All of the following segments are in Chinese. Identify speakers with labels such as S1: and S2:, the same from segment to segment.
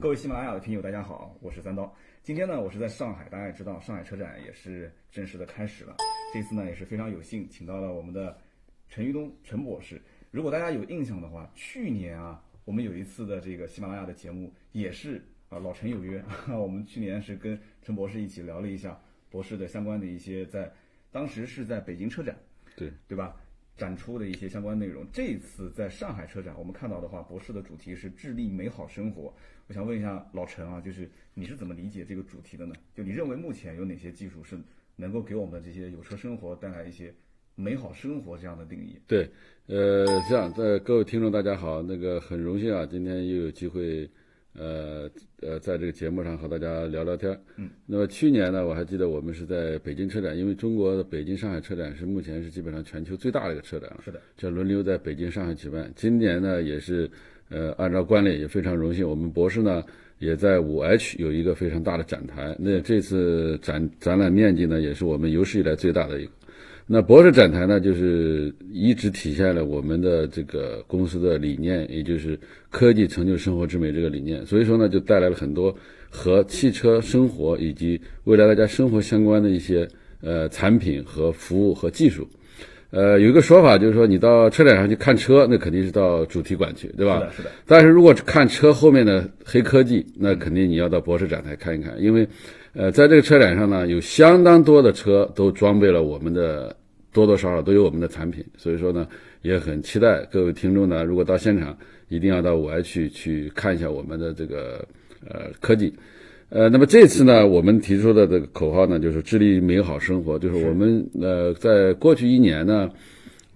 S1: 各位喜马拉雅的听友，大家好，我是三刀。今天呢，我是在上海，大家也知道，上海车展也是正式的开始了。这次呢，也是非常有幸请到了我们的陈玉东陈博士。如果大家有印象的话，去年啊，我们有一次的这个喜马拉雅的节目也是啊，老陈有约。 我们去年是跟陈博士一起聊了一下博士的相关的一些在当时是在北京车展，
S2: 对
S1: 对吧？展出的一些相关内容。这一次在上海车展，我们看到的话，博士的主题是致力美好生活。我想问一下老陈啊，就是你是怎么理解这个主题的呢？就你认为目前有哪些技术是能够给我们这些有车生活带来一些美好生活这样的定义？
S2: 对，呃，这样，呃，各位听众大家好，那个很荣幸啊，今天又有机会，呃呃，在这个节目上和大家聊聊天。嗯，那么去年呢，我还记得我们是在北京车展，因为中国的北京、上海车展是目前是基本上全球最大的一个车展了，
S1: 是的，
S2: 这轮流在北京、上海举办。今年呢，也是呃，按照惯例也非常荣幸，我们博士呢也在五 H 有一个非常大的展台，那这次展展览面积呢，也是我们有史以来最大的一个。那博士展台呢，就是一直体现了我们的这个公司的理念，也就是科技成就生活之美这个理念。所以说呢，就带来了很多和汽车生活以及未来大家生活相关的一些呃产品和服务和技术。呃，有一个说法就是说，你到车展上去看车，那肯定是到主题馆去，对吧？
S1: 是的，是的，
S2: 但是如果看车后面的黑科技，那肯定你要到博士展台看一看，因为，呃，在这个车展上呢，有相当多的车都装备了我们的多多少少都有我们的产品，所以说呢，也很期待各位听众呢，如果到现场，一定要到五 H 去看一下我们的这个呃科技。呃，那么这次呢，我们提出的这个口号呢，就是致力于美好生活，就是我们呃，在过去一年呢，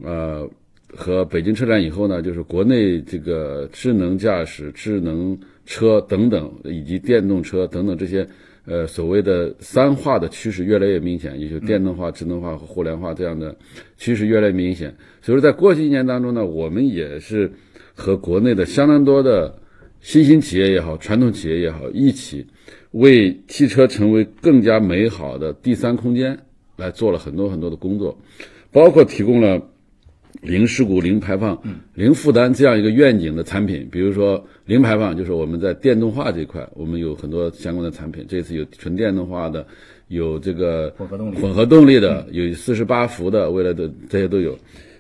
S2: 呃，和北京车展以后呢，就是国内这个智能驾驶、智能车等等，以及电动车等等这些呃所谓的三化的趋势越来越明显，也就是电动化、智能化和互联化这样的趋势越来越明显。所以说，在过去一年当中呢，我们也是和国内的相当多的新兴企业也好、传统企业也好，一起为汽车成为更加美好的第三空间来做了很多很多的工作，包括提供了。零事故、零排放、零负担这样一个愿景的产品，比如说零排放，就是我们在电动化这一块，我们有很多相关的产品。这次有纯电动化的，有这个
S1: 混合动力
S2: 混合动力的，有四十八伏的，未来的这些都有。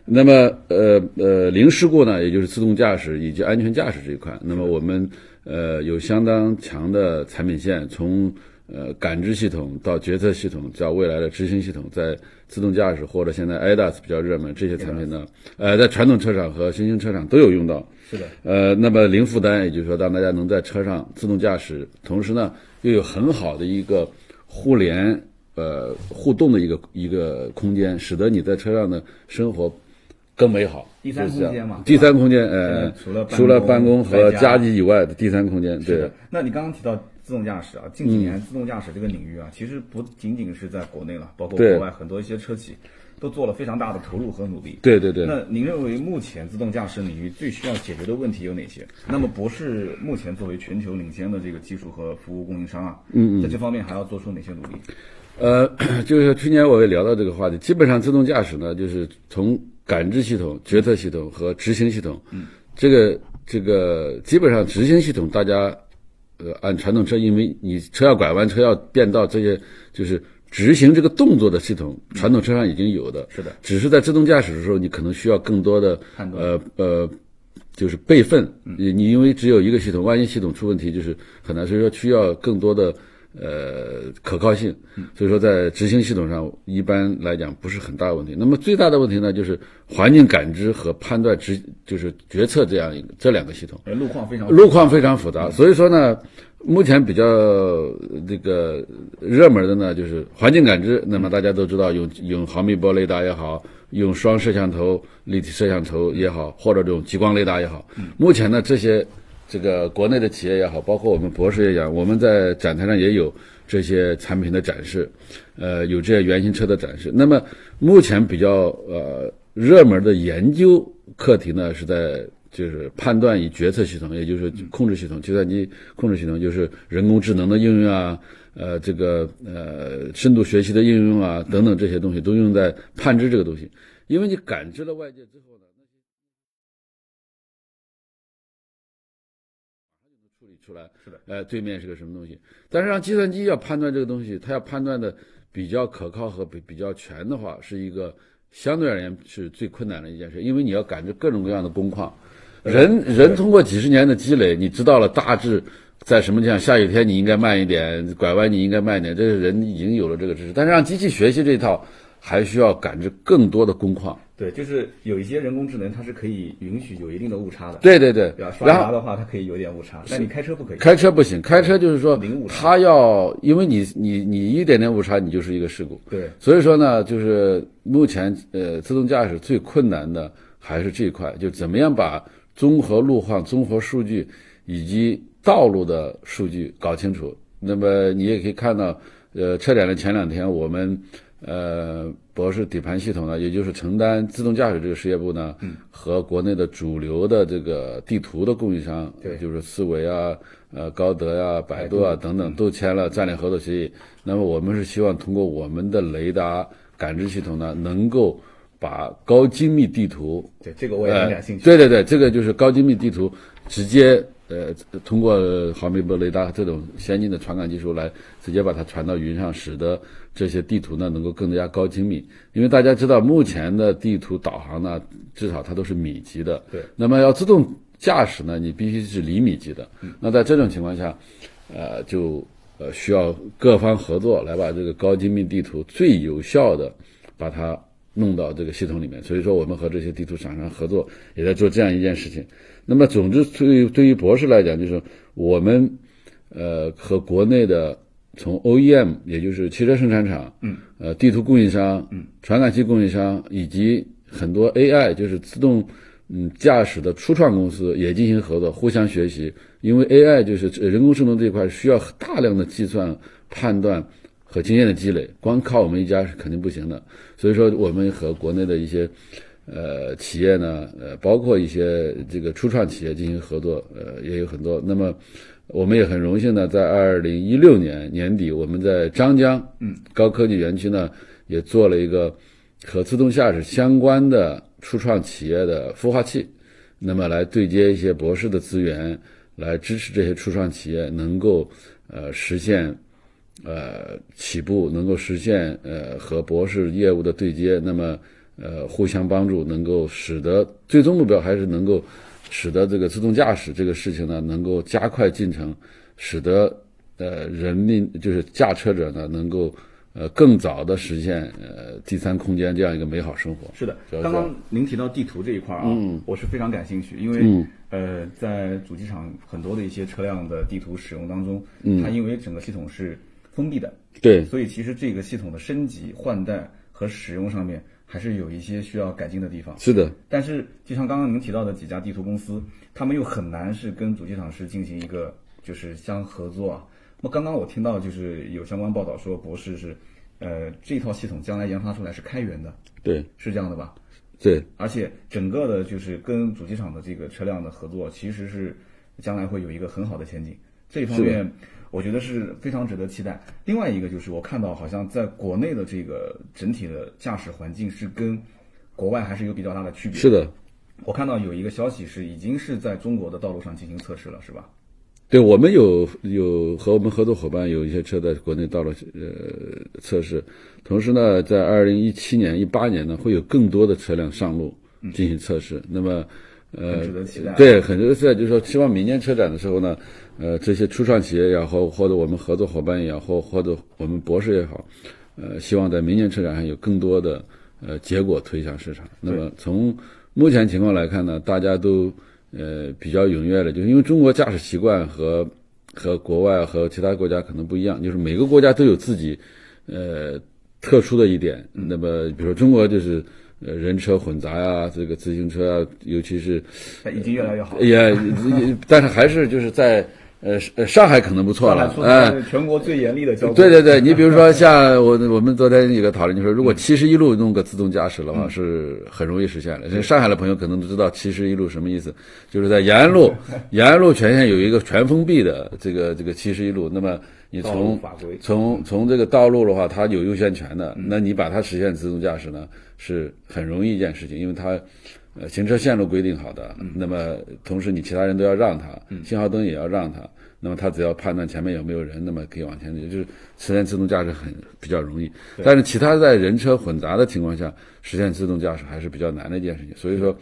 S2: 那么，呃呃，零事故呢，也就是自动驾驶以及安全驾驶这一块，那么我们呃有相当强的产品线，从呃感知系统到决策系统，到未来的执行系统，在自动驾驶或者现在 ADAS 比较热门这些产品呢，呃，在传统车厂和新兴车厂都有用到。
S1: 是的，
S2: 呃，那么零负担，也就是说让大家能在车上自动驾驶，同时呢又有很好的一个互联呃互动的一个一个空间，使得你在车上的生活更美好。
S1: 第三
S2: 就是这样
S1: 空间嘛
S2: 第三空间，呃
S1: 嗯，除了办
S2: 除了办
S1: 公
S2: 公和
S1: 在家
S2: 家居以外的第三空间，
S1: 是
S2: 对嗯
S1: 的。。那你刚刚提到自动驾驶啊，近几年自动驾驶这个领域啊，其实不仅仅是在国内了，包括
S2: 对
S1: 国外很多一些车企都做了非常大的投入和努力。
S2: 对对对，
S1: 那您认为目前自动驾驶领域最需要解决的问题有哪些？那么博士目前作为全球领先的这个技术和服务供应商啊，嗯嗯，在这方面还要做出哪些努力？
S2: 呃， 就是去年我也聊到这个话题，基本上自动驾驶呢，就是从感知系统、决策系统和执行系统，嗯，这个这个基本上执行系统大家呃，按传统车，因为你车要拐弯、车要变道，这些就是执行这个动作的系统，传统车上已经有的。
S1: 是的
S2: 只是在自动驾驶的时候，你可能需要更多的
S1: 判断
S2: 呃呃，就是备份。你你因为只有一个系统，万一系统出问题，就是很难，所以说需要更多的呃可靠性。
S1: 嗯
S2: 所以说在执行系统上，一般来讲不是很大的问题。那么最大的问题呢，就是环境感知和判断执，就是决策这样一个这两个系统。
S1: 呃路况非常
S2: 路况非常复杂，所以说呢，目前比较呃这个热门的呢就是环境感知。那么大家都知道用用毫米波雷达也好，用双摄像头、立体摄像头也好，或者这种激光雷达也好。目前呢，这些这个国内的企业也好，包括我们博士也一样，我们在展台上也有这些产品的展示，呃，有这些原型车的展示。那么目前比较呃热门的研究课题呢，是在就是判断与决策系统，也就是控制系统，计算机控制系统，就是人工智能的应用啊，呃，这个呃深度学习的应用啊，等等这些东西都用在判知这个东西，因为你感知了外界之后呢，那就处理出来，
S1: 是的，
S2: 呃，对面是个什么东西。但是让计算机要判断这个东西，它要判断的比较可靠和比比较全的话，是一个相对而言是最困难的一件事，因为你要感知各种各样的工况。人人通过几十年的积累，你知道了大致在什么地方，下雨天你应该慢一点，拐弯你应该慢一点，这是人已经有了这个知识。但是让机器学习这一套，还需要感知更多的工况。
S1: 对，就是有一些人工智能它是可以允许有一定的误差的，
S2: 对对对
S1: 对吧？，刷
S2: 然后
S1: 牙的话它可以有点误差，但你开车不可以。
S2: 开车不行，开车就是说
S1: 零误，差
S2: 它要因为你你你一点点误差，你就是一个事故。
S1: 对，
S2: 所以说呢，就是目前呃，自动驾驶最困难的还是这一块，就怎么样把综合路况、综合数据以及道路的数据搞清楚。那么你也可以看到，呃，车展的前两天，我们呃博士底盘系统呢，也就是承担自动驾驶这个事业部呢，和国内的主流的这个地图的供应商，
S1: 对
S2: 就是思维啊、呃高德呀、百度啊等等，都签了战略合作协议。那么我们是希望通过我们的雷达感知系统呢，能够把高精密地图，
S1: 对，这个我也很
S2: 呃
S1: 感兴，趣。
S2: 对对对，这个就是高精密地图，直接呃通过毫米波雷达这种先进的传感技术来直接把它传到云上，使得这些地图呢能够更加高精密。因为大家知道，目前的地图导航呢，至少它都是米级的，
S1: 对，
S2: 那么要自动驾驶呢，你必须是厘米级的。
S1: 嗯
S2: 那在这种情况下，呃，就呃需要各方合作来把这个高精密地图最有效的把它弄到这个系统里面。所以说，我们和这些地图厂商合作，也在做这样一件事情。那么，总之，对于对于博士来讲，就是我们呃和国内的从 OEM，也就是汽车生产厂，嗯，呃，地图供应商，嗯，传感器供应商，以及很多 AI，就是自动嗯驾驶的初创公司也进行合作，互相学习。因为 AI 就是呃人工智能这一块需要大量的计算、判断和经验的积累，光靠我们一家是肯定不行的。所以说，我们和国内的一些呃企业呢，呃，包括一些这个初创企业进行合作，呃，也有很多。那么，我们也很荣幸呢，在二零一六年年底，我们在张江嗯高科技园区呢，也做了一个和自动驾驶相关的初创企业的孵化器，那么来对接一些博士的资源，来支持这些初创企业能够呃实现呃起步能够实现呃和博士业务的对接，那么呃互相帮助，能够使得最终目标还是能够使得这个自动驾驶这个事情呢能够加快进程，使得呃人民就是驾车者呢能够呃更早的实现呃第三空间这样一个美好生活。
S1: 是的
S2: 主要，是
S1: 刚
S2: 啊嗯这样
S1: 刚您提到地图这一块儿啊，我是非常感兴趣，因为
S2: 嗯
S1: 呃，在主机厂很多的一些车辆的地图使用当中，
S2: 嗯
S1: 它因为整个系统是封闭的，
S2: 对，
S1: 所以其实这个系统的升级、换代和使用上面还是有一些需要改进的地方。
S2: 是的，
S1: 但是，就像刚刚您提到的几家地图公司，他们又很难是跟主机厂是进行一个就是相合作啊。那么刚刚我听到就是有相关报道说，博士是，呃，这套系统将来研发出来是开源的，
S2: 对
S1: 是这样的吧？
S2: 对
S1: 而且整个的就是跟主机厂的这个车辆的合作，其实是将来会有一个很好的前景。这一方面，我觉得是非常值得期待。另外一个就是我看到好像在国内的这个整体的驾驶环境是跟国外还是有比较大的区别。
S2: 是的。
S1: 我看到有一个消息是已经是在中国的道路上进行测试了，是吧？
S2: 对我们有有和我们合作伙伴有一些车在国内到了呃测试，同时呢，在二零一七年、一八年呢，会有更多的车辆上路进行测试。那么，
S1: 嗯
S2: 呃
S1: 很值得期待，
S2: 对，很值得期待，就是说，希望明年车展的时候呢，呃，这些初创企业也好，或或者我们合作伙伴也好，或或者我们博士也好，呃，希望在明年车展上有更多的呃结果推向市场。那么从目前情况来看呢，大家都呃比较踊跃的，就是因为中国驾驶习惯和和国外和其他国家可能不一样，就是每个国家都有自己呃特殊的一点。那么比如说中国就是呃人车混杂呀、这个自行车啊，尤其是
S1: 但已经越来越好。
S2: 也也， 但是还是就是在呃呃上海可能不错
S1: 上海
S2: 了，
S1: 出
S2: 哎、
S1: 的是全国最严厉的交规。
S2: 对对对，你比如说像我我们昨天有个讨论，就说如果七十一路弄个自动驾驶的话，是很容易实现的。这上海的朋友可能都知道七十一路什么意思，就是在延安路延安路全线有一个全封闭的这个这个七十一路，那么你
S1: 道路
S2: 从
S1: 法规嗯
S2: 从从这个道路的话，它有优先权的，那你把它实现自动驾驶呢，是很容易一件事情，因为它。呃行车线路规定好的，
S1: 嗯
S2: 那么同时你其他人都要让他，信号灯也要让他，那么他只要判断前面有没有人，那么可以往前走，就是实现自动驾驶很比较容易。但是其他在人车混杂的情况下，实现自动驾驶还是比较难的一件事情。所以说，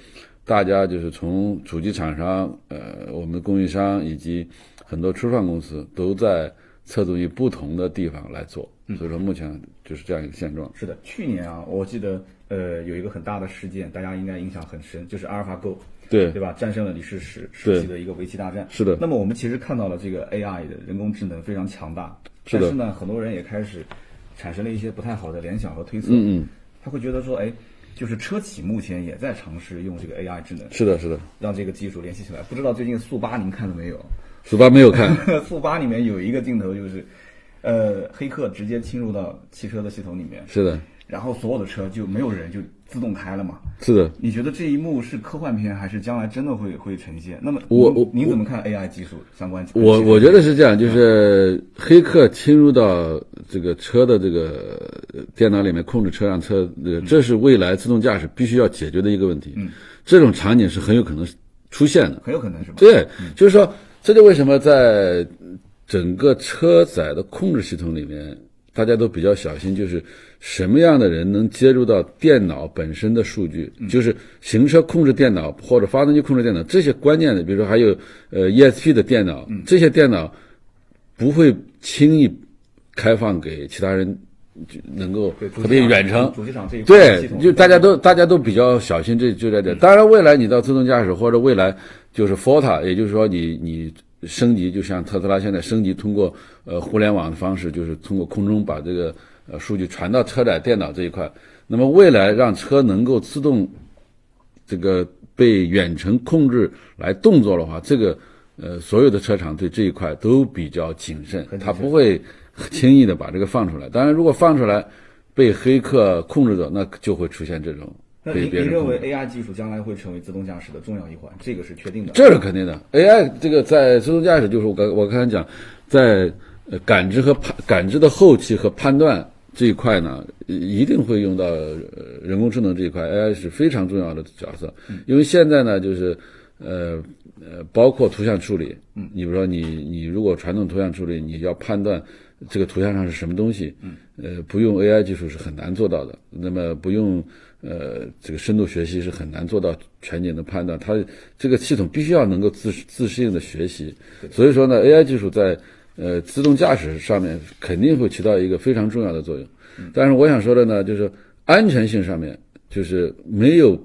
S2: 大家就是从主机厂商、呃，我们供应商以及很多初创公司都在侧重于不同的地方来做。
S1: 嗯
S2: 所以说，目前就是这样一个现状。
S1: 是的，去年啊，我记得呃有一个很大的事件，大家应该印象很深，就是阿尔法 Go，
S2: 对
S1: 对吧？战胜了李世石时期的一个围棋大战。
S2: 是的
S1: 那么我们其实看到了这个 AI 的人工智能非常强大，
S2: 是的
S1: 但是呢，很多人也开始产生了一些不太好的联想和推测。
S2: 嗯嗯，
S1: 他会觉得说，哎，就是车企目前也在尝试用这个 AI 智能，
S2: 是的，是的，
S1: 让这个技术联系起来。不知道最近速八您看了没有？
S2: 速八没有看，
S1: 速八里面有一个镜头就是，呃，黑客直接侵入到汽车的系统里面，
S2: 是的，
S1: 然后所有的车就没有人就自动开了嘛。
S2: 是的。
S1: 你觉得这一幕是科幻片，还是将来真的会会呈现？那么
S2: 我
S1: 您
S2: 我
S1: 您怎么看 AI 技术相关？
S2: 我我觉得是这样，就是黑客侵入到这个车的这个呃电脑里面控制车辆车，呃
S1: 嗯
S2: 这是未来自动驾驶必须要解决的一个问题。嗯，这种场景是很有可能出现的。
S1: 很有可能是吧？
S2: 对，就是说，这就为什么在整个车载的控制系统里面，大家都比较小心，就是什么样的人能接入到电脑本身的数据，就是行车控制电脑或者发动机控制电脑这些关键的，比如说还有呃 ESP 的电脑，这些电脑不会轻易开放给其他人。就能够
S1: 对，主
S2: 特
S1: 机
S2: 别
S1: 厂
S2: 远程，
S1: 主机厂这一块的系
S2: 对
S1: 统，
S2: 就大家都大家都比较小心这，就在
S1: 嗯
S2: 这。当然，未来你到自动驾驶或者未来就是 Forta，也就是说你你升级，就像特斯拉现在升级，通过呃互联网的方式，就是通过空中把这个呃数据传到车载电脑这一块。那么未来让车能够自动这个被远程控制来动作的话，这个呃所有的车厂对这一块都比较谨慎，
S1: 很谨慎
S2: 它不会轻易的把这个放出来。当然，如果放出来被黑客控制着，那就会出现这种
S1: 那
S2: 被
S1: 您
S2: 别
S1: 您
S2: 人
S1: 认
S2: 控
S1: 为
S2: 制。
S1: AI 技术将来会成为自动驾驶的重要一环，这个是确定的。
S2: 嗯这是肯定的，AI 这个在自动驾驶就是我刚我刚才讲，在呃感知和判感知的后期和判断这一块呢，一一定会用到呃人工智能这一块，AI 是非常重要的角色，因为现在呢就是呃呃包括图像处理，嗯，你比如说你你如果传统图像处理，你要判断这个图像上是什么东西，嗯，呃不用 AI 技术是很难做到的，那么不用呃这个深度学习是很难做到全景的判断，它这个系统必须要能够自自适应的学习，所以说呢，AI 技术在呃自动驾驶上面肯定会起到一个非常重要的作用。但是我想说的呢，就是安全性上面，就是没有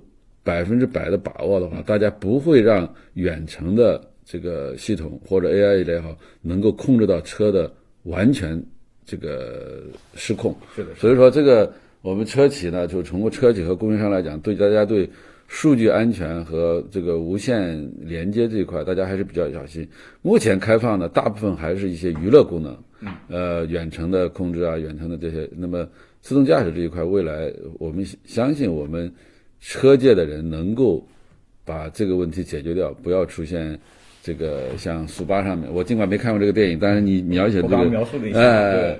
S2: 百分之百的把握的话，大家不会让远程的这个系统或者 AI 也好，能够控制到车的完全这个失控。
S1: 是的，
S2: 所以说这个我们车企呢，就从车企和供应商来讲，对大家对数据安全和这个无线连接这一块，大家还是比较小心。目前开放的大部分还是一些娱乐功能，
S1: 嗯
S2: 呃，远程的控制啊，远程的这些。那么自动驾驶这一块，未来我们相信我们车界的人能够把这个问题解决掉，不要出现。这个像速八上面，我尽管没看过这个电影，但是你描写
S1: 我
S2: 这
S1: 刚
S2: 个，
S1: 刚描述了一下，
S2: 哎
S1: 对。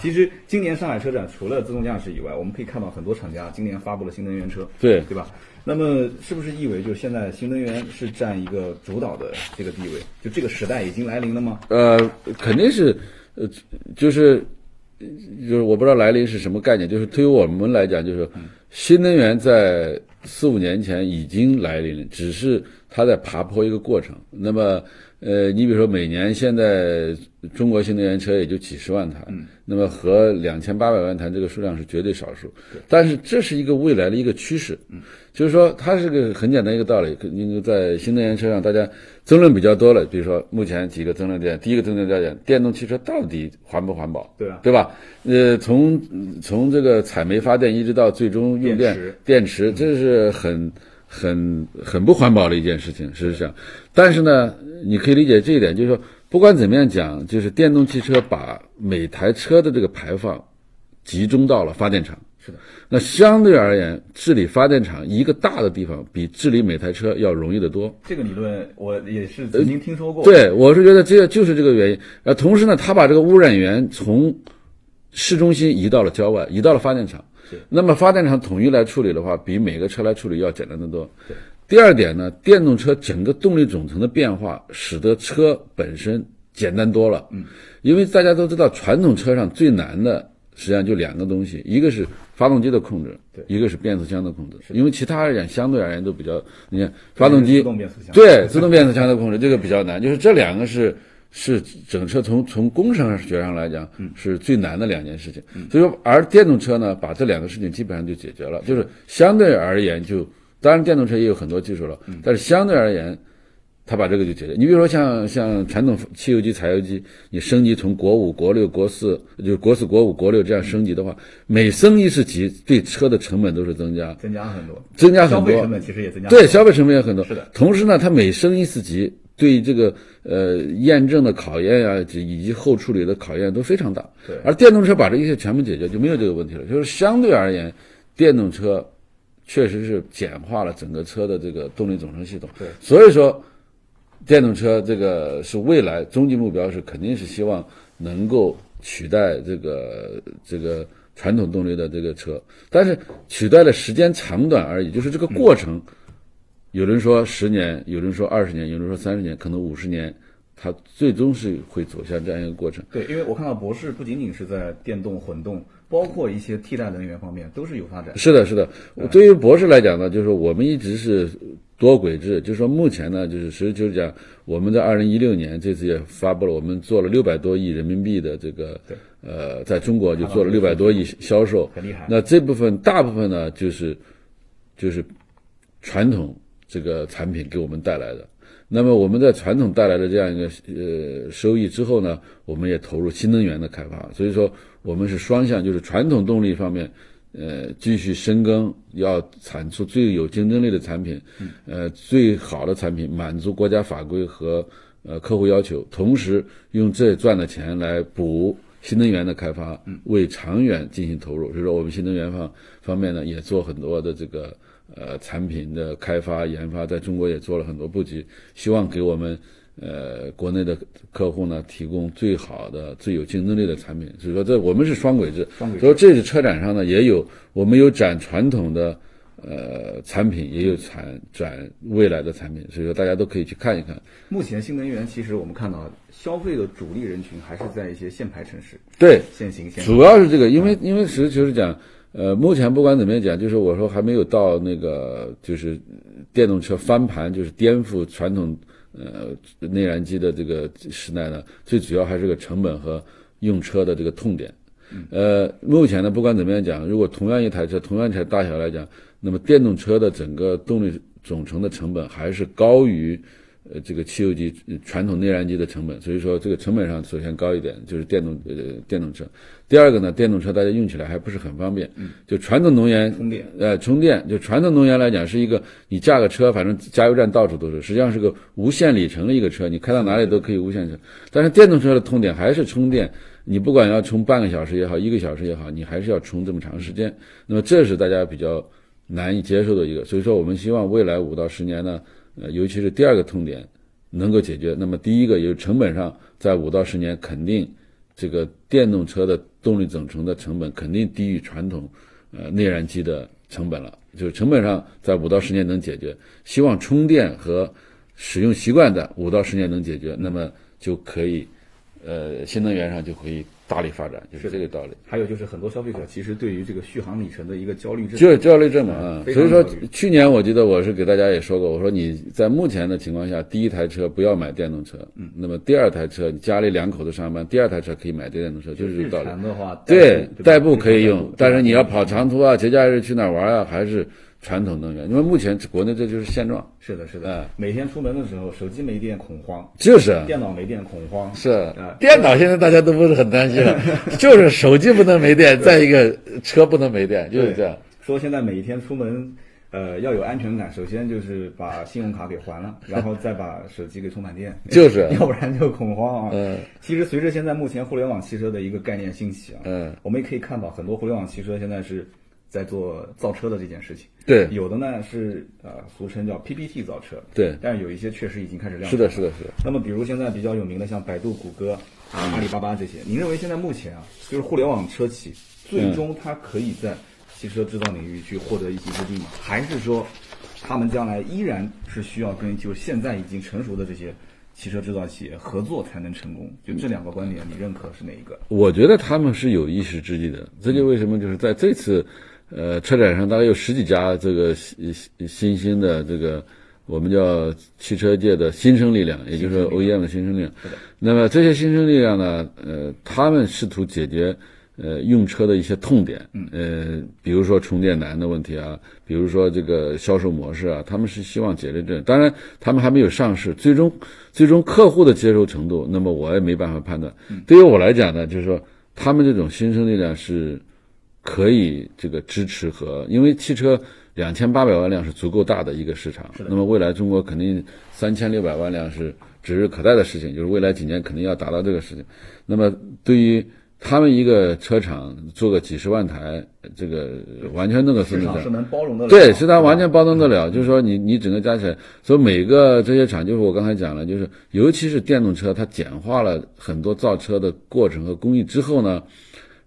S1: 其实今年上海车展除了自动驾驶以外，我们可以看到很多厂家今年发布了新能源车，
S2: 对
S1: 对吧？那么是不是意味就是现在新能源是占一个主导的这个地位？就这个时代已经来临了吗？
S2: 呃，肯定是，呃，就是，就是我不知道来临是什么概念，就是对于我们来讲，就是新能源在四五年前已经来临了，只是它在爬坡一个过程。那么，呃，你比如说每年现在中国新能源车也就几十万台，那么和两千八百万台这个数量是绝对少数，但是这是一个未来的一个趋势。就是说，它是个很简单一个道理。可因为在新能源车上，大家争论比较多了。比如说，目前几个争论点，第一个争论点，电动汽车到底环不环保？
S1: 对啊
S2: 对吧？呃，从从这个采煤发电一直到最终用
S1: 电
S2: 电
S1: 池
S2: 电池，这是很很很不环保的一件事情，事实上。但是呢，你可以理解这一点，就是说，不管怎么样讲，就是电动汽车把每台车的这个排放集中到了发电厂。
S1: 是的，
S2: 那相对而言，治理发电厂一个大的地方，比治理每台车要容易得多。
S1: 这个理论我也是曾经听说过。
S2: 对，我是觉得这就是这个原因。呃，同时呢，他把这个污染源从市中心移到了郊外，移到了发电厂。那么发电厂统一来处理的话，比每个车来处理要简单得多。第二点呢，电动车整个动力总成的变化，使得车本身简单多了。嗯，因为大家都知道，传统车上最难的实际上就两个东西，一个是发动机的控制，
S1: 对
S2: 一个是变速箱的控制。因为其他而言，相对而言都比较，你看发动
S1: 自
S2: 机
S1: 动变速箱，
S2: 对，自动变速箱的控制这个比较难，就是这两个是是整车从从工程学上来讲
S1: 嗯
S2: 是最难的两件事情。所以说，而电动车呢，把这两个事情基本上就解决了，就是相对而言就，当然电动车也有很多技术了，
S1: 嗯
S2: 但是相对而言。它把这个就解决。你比如说像像传统汽油机、柴油机，你升级从国五、国六、国四，就是国四、国五、国六这样升级的话，每升一次级，对车的成本都是增加，
S1: 增加很多，
S2: 增加很
S1: 消
S2: 多。
S1: 费成本其实也增加。
S2: 对，，消费成本也很多。
S1: 是的
S2: 同时呢，它每升一次级，对这个呃验证的考验呀、以及后处理的考验都非常大。
S1: 对
S2: 而电动车把这一切全部解决，就没有这个问题了。就是相对而言，电动车确实是简化了整个车的这个动力总成系统。
S1: 对，
S2: 所以说。电动车这个是未来终极目标，是肯定是希望能够取代这个这个传统动力的这个车，但是取代的时间长短而已，就是这个
S1: 嗯
S2: 过程。有人说十年，有人说二十年，有人说三十年，可能五十年，它最终是会走向这样一个过程。
S1: 对，因为我看到博士不仅仅是在电动、混动，包括一些替代能源方面都是有发展。
S2: 是的，是的。对于博士来讲呢，就是我们一直是多轨制，就是说目前呢，就是实事求是讲，我们在二零一六年这次也发布了，我们做了六百多亿人民币的这个呃，在中国就做了六百多亿销售，
S1: 很厉害
S2: 那这部分大部分呢，就是就是传统这个产品给我们带来的。那么我们在传统带来的这样一个呃收益之后呢，我们也投入新能源的开发，所以说我们是双向，就是传统动力方面，呃，继续深耕，要产出最有竞争力的产品，呃，最好的产品，满足国家法规和呃客户要求，同时用这赚的钱来补新能源的开发，为长远进行投入。所以说，我们新能源方方面呢，也做很多的这个呃产品的开发研发，在中国也做了很多布局，希望给我们呃国内的客户呢提供最好的、最有竞争力的产品。所以说，这我们是双轨制，
S1: 双轨制
S2: 所以说这次车展上呢，也有我们有展传统的。呃，产品也有产展未来的产品，所以说大家都可以去看一看。
S1: 目前新能源其实我们看到消费的主力人群还是在一些限牌城市、
S2: 对，
S1: 限行限
S2: 主要是这个，因为因为实事求是讲，呃，目前不管怎么样讲，就是我说还没有到那个就是电动车翻盘，就是颠覆传统呃内燃机的这个时代呢，最主要还是个成本和用车的这个痛点。呃，目前呢，不管怎么样讲，如果同样一台车，同样一台大小来讲，那么电动车的整个动力总成的成本还是高于呃这个汽油机呃传统内燃机的成本，所以说这个成本上首先高一点，就是电动呃电动车。第二个呢，电动车大家用起来还不是很方便，就传统能源
S1: 充电。
S2: 呃，充电就传统能源来讲，是一个你架个车，反正加油站到处都是，实际上是个无限里程的一个车，你开到哪里都可以无限车。但是电动车的痛点还是充电，你不管要充半个小时也好，一个小时也好，你还是要充这么长时间。那么这是大家比较难以接受的一个，所以说我们希望未来五到十年呢，呃，尤其是第二个痛点能够解决。那么第一个，也就是成本上，在五到十年肯定这个电动车的动力总成的成本肯定低于传统呃内燃机的成本了，就是成本上在五到十年能解决。希望充电和使用习惯在五到十年能解决，那么就可以呃新能源上就可以大力发展，就是这个道理。
S1: 还有就是很多消费者其实对于这个续航里程的一个焦虑症，
S2: 就是焦虑症嘛，啊，
S1: 非
S2: 所
S1: 常
S2: 以说
S1: 焦虑
S2: 去年我记得我是给大家也说过，我说你在目前的情况下，第一台车不要买电动车，嗯，那么第二台车你家里两口子上班，第二台车可以买电动车，就是这
S1: 日
S2: 个道理。
S1: 常的话，
S2: 对，
S1: 代
S2: 代步可以用，但是你要跑
S1: 长。
S2: 长途啊，节假日去哪儿玩啊，还是传统能源，因为目前国内这就是现状，
S1: 是的，是
S2: 啊
S1: 的，每天出门的时候，手机没电恐慌，
S2: 就是啊
S1: 电脑没电恐慌，
S2: 是
S1: 啊
S2: 电脑现在大家都不是很担心了，就是手机不能没电，再一个车不能没电，就是这样。
S1: 说现在每天出门，呃，要有安全感，首先就是把信用卡给还了，然后再把手机给充满电，
S2: 就是
S1: 要不然就恐慌啊。
S2: 嗯，
S1: 其实随着现在目前互联网汽车的一个概念兴起啊，
S2: 嗯，
S1: 我们也可以看到很多互联网汽车现在是在做造车的这件事情。
S2: 对
S1: 有的呢是呃俗称叫 PPT 造车，
S2: 对，
S1: 但是有一些确实已经开始量产。
S2: 是的，是的，是的。
S1: 那么，比如现在比较有名的像百度、谷歌啊、阿里巴巴这些，您认为现在目前啊，就是互联网车企最终它可以在汽车制造领域去获得一席之地吗？还是说，他们将来依然是需要跟就是现在已经成熟的这些汽车制造企业合作才能成功？就这两个观点，你认可是哪一个？
S2: 我觉得他们是有一时之计的，这就为什么就是在这次，呃，车展上大概有十几家这个新新新兴的这个我们叫汽车界的新生力量，也就是说 OEM 的新生力量。那么这些新生力量呢，呃，他们试图解决呃用车的一些痛点，呃，比如说充电难的问题啊，比如说这个销售模式啊，他们是希望解决这。当然，他们还没有上市，最终最终客户的接受程度，那么我也没办法判断。
S1: 嗯
S2: 对于我来讲呢，就是说他们这种新生力量是可以这个支持和，因为汽车两千八百万辆是足够大的一个市场，那么未来中国肯定三千六百万辆是指日可待的事情，就是未来几年肯定要达到这个事情。那么对于他们一个车厂做个几十万台，这个完全弄个分
S1: 市
S2: 得
S1: 场
S2: 上
S1: 是。能包容得了啊的。
S2: 对，是它完全包装得了，就是说你你整个加起来，所以每个这些厂，就是我刚才讲了，就是尤其是电动车，它简化了很多造车的过程和工艺之后呢，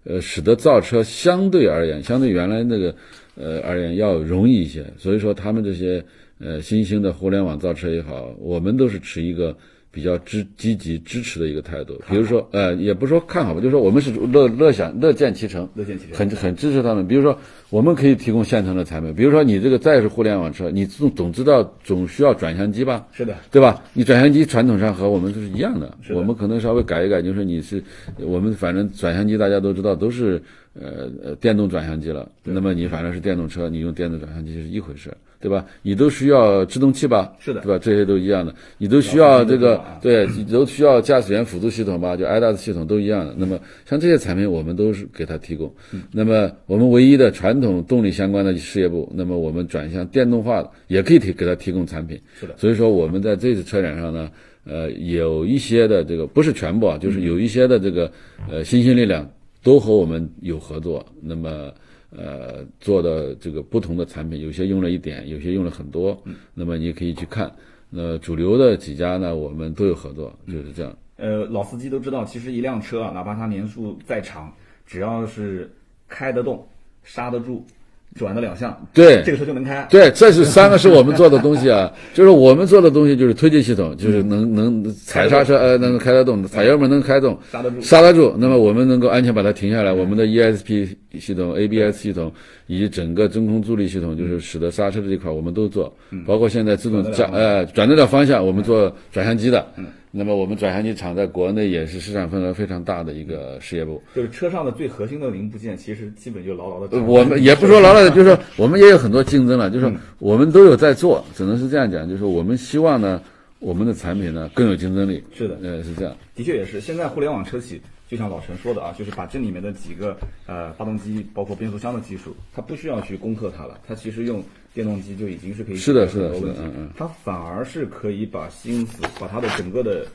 S2: 呃，使得造车相对而言，相对原来那个呃而言要容易一些。所以说，他们这些呃新兴的互联网造车也好，我们都是持一个比较支积极支持的一个态度。比如说，呃，也不是说看好吧，就是说我们是乐乐享乐见其成，
S1: 乐见其成
S2: 很很支持他们。比如说，我们可以提供现成的产品，比如说你这个再是互联网车，你总总知道总需要转向机吧？
S1: 是的，
S2: 对吧？你转向机传统上和我们都是一样的，
S1: 的
S2: 我们可能稍微改一改，就是你是我们反正转向机大家都知道都是呃呃电动转向机了，那么你反正是电动车，你用电动转向机是一回事，对吧？你都需要制动器吧？
S1: 是的
S2: 对吧？这些都一样的，你都需要这
S1: 老
S2: 个
S1: 司机
S2: 对，你都需要驾驶员辅助系统吧？就 ADAS 系统都一样的。那么像这些产品，我们都是给它提供。那么我们唯一的传统动力相关的事业部，那么我们转向电动化，也可以提给它提供产品。
S1: 是的
S2: 所以说我们在这次车展上呢，呃，有一些的这个不是全部啊，就是有一些的这个呃新兴力量都和我们有合作，那么呃做的这个不同的产品，有些用了一点，有些用了很多，
S1: 嗯
S2: 那么你也可以去看。那主流的几家呢，我们都有合作，就是这样。
S1: 呃，老司机都知道，其实一辆车啊，哪怕它年数再长，只要是开得动、刹得住、转得两下，
S2: 对
S1: 这个车就能开。
S2: 对，这是三个是我们做的东西啊，就是我们做的东西就是推进系统，就是
S1: 嗯
S2: 能能踩刹车呃能开得动，踩油门能开动，
S1: 刹得住
S2: 刹得住。那么我们能够安全把它停下来，我们的 ESP 系统、ABS 系统以及整个真空助力系统，就是使得刹车这一块我们都做，包括现在自动
S1: 嗯转得了嗯
S2: 驾呃转得了方向，我们做转向机的。那么我们转向机厂在国内也是市场份额非常大的一个事业部。
S1: 就是车上的最核心的零部件，其实基本就牢牢的。
S2: 呃我们也不说劳累，就是说我们也有很多竞争了，就是说我们都有在做，只能是这样讲，就是我们希望呢，我们的产品呢更有竞争力。
S1: 是的
S2: 呃，是这样。
S1: 的确也是，现在互联网车企就像老陈说的啊，就是把这里面的几个呃发动机包括变速箱的技术，它不需要去攻克它了，它其实用电动机就已经是可以
S2: 是的
S1: 解决很多
S2: 是的
S1: 问题
S2: 是的嗯嗯
S1: 它反而是可以把心思把它的整个的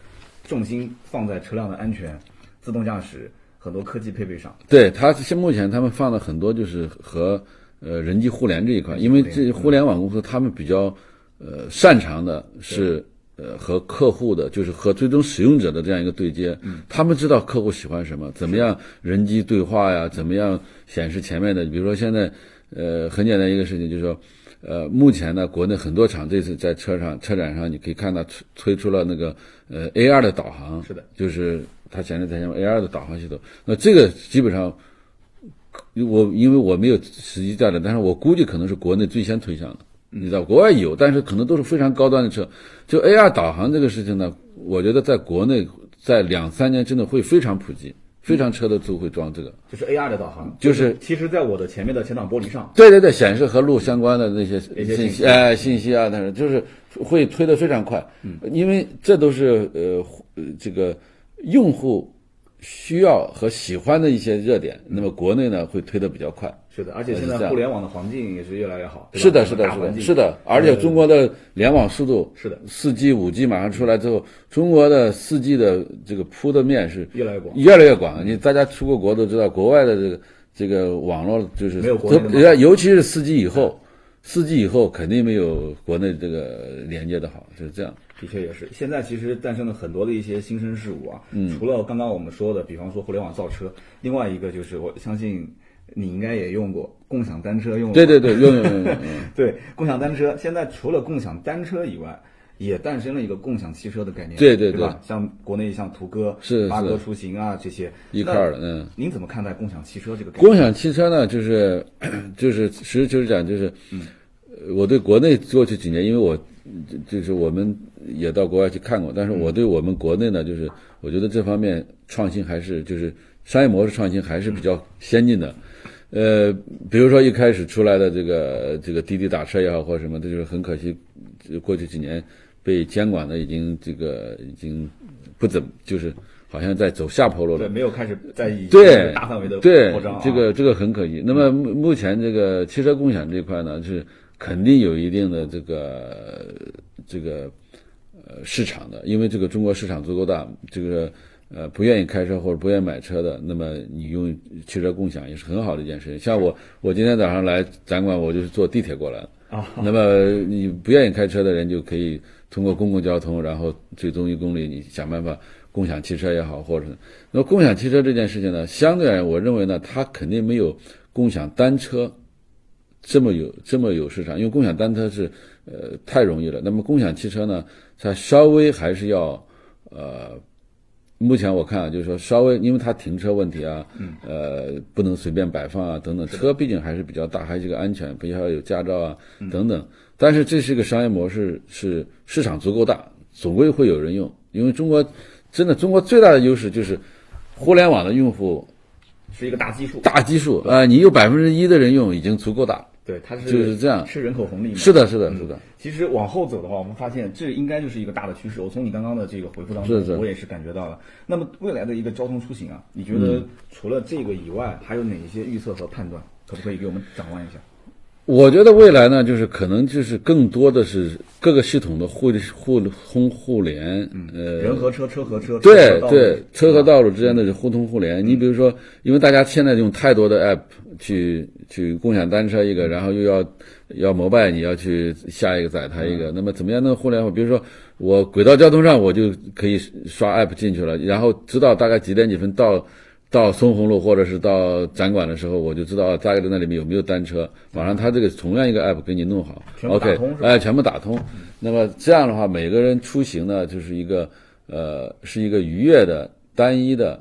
S1: 重心放在车辆的安全、自动驾驶很多科技配备上。
S2: 对他现目前他们放了很多就是和呃人机互联这一块，因为这互联网公司他们比较呃擅长的是呃和客户的，就是和最终使用者的这样一个对接。他们知道客户喜欢什么，怎么样人机对话呀，怎么样显示前面的，比如说现在呃很简单一个事情就是说。呃，目前呢，国内很多厂这次在车上车展上，你可以看到推推出了那个呃 AR 的导航，
S1: 是的，
S2: 就是它显示在前面 AR 的导航系统。那这个基本上，我因为我没有实际驾驶，但是我估计可能是国内最先推向的。
S1: 嗯
S2: 你知道，国外有，但是可能都是非常高端的车。就 AR 导航这个事情呢，我觉得在国内在两三年之内会非常普及，非常车的都会装这个。
S1: 就是 AR 的导航，
S2: 就是
S1: 其实在我的前面的前挡玻璃上，
S2: 对对对，显示和路相关的那些
S1: 一些
S2: 信
S1: 信息
S2: 息，哎，信息啊，但是就是会推得非常快，
S1: 嗯
S2: 因为这都是呃互呃这个用户需要和喜欢的一些热点。
S1: 嗯
S2: 那么国内呢会推得比较快，
S1: 是的，而且现
S2: 呃是这
S1: 在
S2: 样
S1: 互联网的环境也是越来越好。对吧
S2: 是的，是的，
S1: 大
S2: 是
S1: 环
S2: 的，
S1: 境
S2: 是的，而且中国的联网速度
S1: 是的
S2: 四 G、五 G 马上出来之后，中国的四 G 的这个铺的面是
S1: 越来越广
S2: 越来越广。你大家出过国都知道，国外的这个这个网络就是
S1: 没有国内的
S2: 都
S1: 嘛
S2: 尤尤其是四 G 以后，四 G 以后肯定没有国内这个连接的好，就是这样。
S1: 的确也是，现在其实诞生了很多的一些新生事物啊，
S2: 嗯
S1: 除了刚刚我们说的，比方说互联网造车，另外一个就是我相信你应该也用过共享单车用过吧，
S2: 对对对，用 用用用用。
S1: 对，共享单车现在除了共享单车以外，也诞生了一个共享汽车的概念，
S2: 对
S1: 对
S2: 对
S1: 吧？像国内像途歌、
S2: 是
S1: 八哥
S2: 是
S1: 出行啊这些
S2: 一块儿的嗯。
S1: 那您怎么看待共享汽车这个概念？
S2: 共享汽车呢，就是 就是实事求是讲，就是、呃我对国内过去几年，因为我就就是我们也到国外去看过，但是我对我们国内呢，就是我觉得这方面创新还是就是商业模式创新还是比较先进的。呃，比如说一开始出来的这个这个滴滴打车也好或者什么，这就是很可惜，这过去几年被监管的已经这个已经不怎么就是好像在走下坡路了
S1: 对，。没有开始在以
S2: 对
S1: 大范围的
S2: 对
S1: 扩张、啊，嗯
S2: 这个这个很可惜。那么目目前这个汽车共享这块呢，是肯定有一定的这个这个呃市场的，因为这个中国市场足够大，这个呃不愿意开车或者不愿意买车的，那么你用汽车共享也是很好的一件事情。像我，我今天早上来展馆，我就是坐地铁过来的。
S1: 啊，
S2: 那么你不愿意开车的人就可以通过公共交通，然后最终一公里你想办法共享汽车也好，或者是那么共享汽车这件事情呢，相对而言，我认为呢，它肯定没有共享单车这么有这么有市场，因为共享单车是呃太容易了。那么共享汽车呢，它稍微还是要呃。目前我看啊，就是说稍微，因为它停车问题啊，呃，不能随便摆放啊，等等。车毕竟还是比较大，还是个安全，必须要有驾照啊，等等。但是这是个商业模式，是市场足够大，总归会有人用。因为中国真的，中国最大的优势就是互联网的用户
S1: 是一个大基数，
S2: 大基数啊、呃你有百分之一的人用已经足够大。
S1: 对，它是
S2: 就是这样
S1: 吃人口红利嘛。
S2: 是的，是的，是的，
S1: 其实往后走的话，我们发现这应该就是一个大的趋势。我从你刚刚的这个回复当中，
S2: 是是
S1: 我也是感觉到了。那么未来的一个交通出行啊，你觉
S2: 嗯
S1: 得除了这个以外，还有哪一些预测和判断？可不可以给我们展望一下？
S2: 我觉得未来呢，就是可能就是更多的是各个系统的互互通互联，呃，
S1: 人和车，车和车，嗯车和道
S2: 对
S1: 路
S2: 对，车和道路之间的互通互联。你比如说，因为大家现在用太多的 app 去去共享单车一
S1: 嗯
S2: 个，然后又要要摩拜，你要去下一个载它一
S1: 嗯
S2: 个，那么怎么样能互联网？比如说我轨道交通上我就可以刷 app 进去了，然后知道大概几点几分到。到松红路或者是到展馆的时候，我就知道啊大概在那里面有没有单车。马上他这个同样一个 app 给你弄好
S1: 全部打
S2: ，OK，
S1: 通是吧
S2: 哎，全部打通。那么这样的话，每个人出行呢，就是一个呃，是一个愉悦的、单一的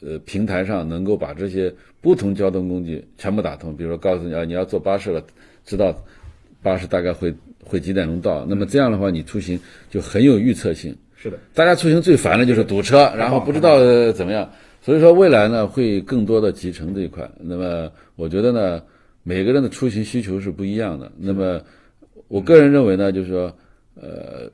S2: 呃平台上，能够把这些不同交通工具全部打通。比如说，告诉你啊，你要坐巴士了，知道巴士大概会会几点钟到。那么这样的话，你出行就很有预测性。
S1: 是的，
S2: 大家出行最烦的就是堵车，然后不知道呃怎么样。所以说未来呢，会更多的集成这一块。那么我觉得呢，每个人的出行需求是不一样的。那么我个人认为呢，就是说，呃，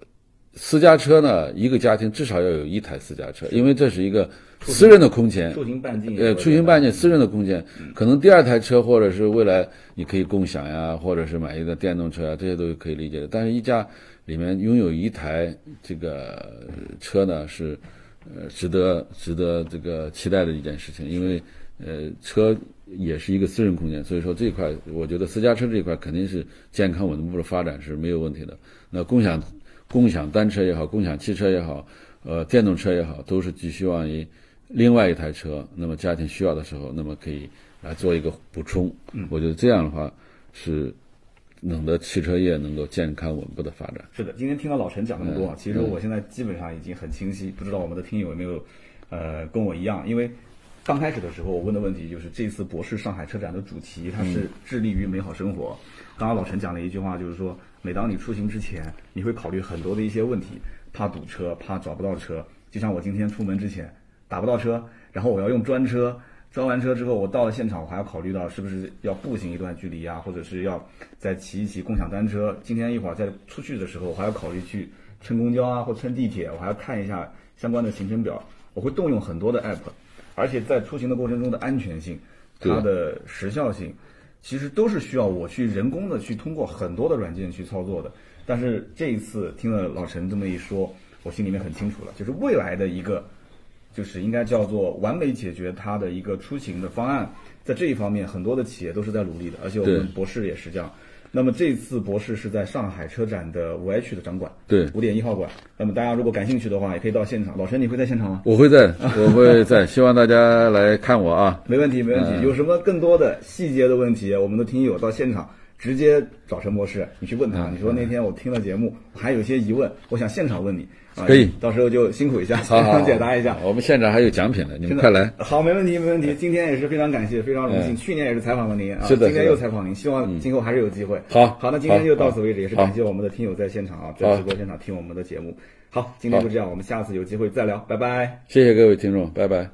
S2: 私家车呢，一个家庭至少要有一台私家车，因为这是一个私人的空间。
S1: 出行半径，
S2: 呃，出行半径私人的空间，可能第二台车或者是未来你可以共享呀，或者是买一个电动车啊，这些都是可以理解的。但是一家里面拥有一台这个车呢，是呃值得值得这个期待的一件事情，因为呃车也是一个私人空间，所以说这一块我觉得私家车这一块肯定是健康稳步的发展是没有问题的。那共享共享单车也好，共享汽车也好，呃电动车也好，都是寄希望于。另外一台车，那么家庭需要的时候，那么可以来做一个补充。
S1: 嗯
S2: 我觉得这样的话是弄得汽车业能够健康稳步的发展。
S1: 是的，今天听到老陈讲那么多啊，其实我现在基本上已经很清晰，不知道我们的听友有没有，呃，跟我一样，因为刚开始的时候我问的问题就是这次博士上海车展的主题，它是致力于美好生活。刚刚老陈讲了一句话，就是说，每当你出行之前，你会考虑很多的一些问题，怕堵车，怕找不到车。就像我今天出门之前打不到车，然后我要用专车。装完车之后，我到了现场，我还要考虑到是不是要步行一段距离啊，或者是要再骑一骑共享单车。今天一会儿再出去的时候，我还要考虑去乘公交啊或乘地铁，我还要看一下相关的行程表。我会动用很多的 app，而且在出行的过程中的安全性、它的时效性，其实都是需要我去人工的去通过很多的软件去操作的。但是这一次听了老陈这么一说，我心里面很清楚了，就是未来的一个就是应该叫做完美解决它的一个出行的方案。在这一方面，很多的企业都是在努力的，而且我们
S2: 对
S1: 博士也是这样。那么这次博士是在上海车展的五 H 的展馆，
S2: 对
S1: 五点一号馆。那么大家如果感兴趣的话，也可以到现场。老陈，你会在现场吗？
S2: 我 会在，我会在，希望大家来看我啊。
S1: 没问题，没问题。有什么更多的细节的问题，我们的听友到现场直接找陈博士，你去问
S2: 嗯
S1: 他。你说那天我听了节目，我还有一些疑问，我想现场问你。啊
S2: 可以
S1: 到时候就辛苦一下，
S2: 好
S1: 现
S2: 好
S1: 场
S2: 好，
S1: 解答一下。
S2: 我们现场还有奖品呢，你
S1: 真
S2: 们
S1: 的
S2: 快来。！
S1: 好，没问题，没问题。今天也是非常感谢，非常荣幸。
S2: 嗯
S1: 去年也是采访了您啊，
S2: 是的
S1: 今天
S2: 是的
S1: 又采访您，希望今后还是有机会。
S2: 好
S1: 好，那今天
S2: 好
S1: 就到此为止，也是感
S2: 好
S1: 谢我们的听友在现场啊，在直播现场听我们的节目。好，今天就这样，我们下次有机会再聊，拜拜。
S2: 谢谢各位听众，拜拜。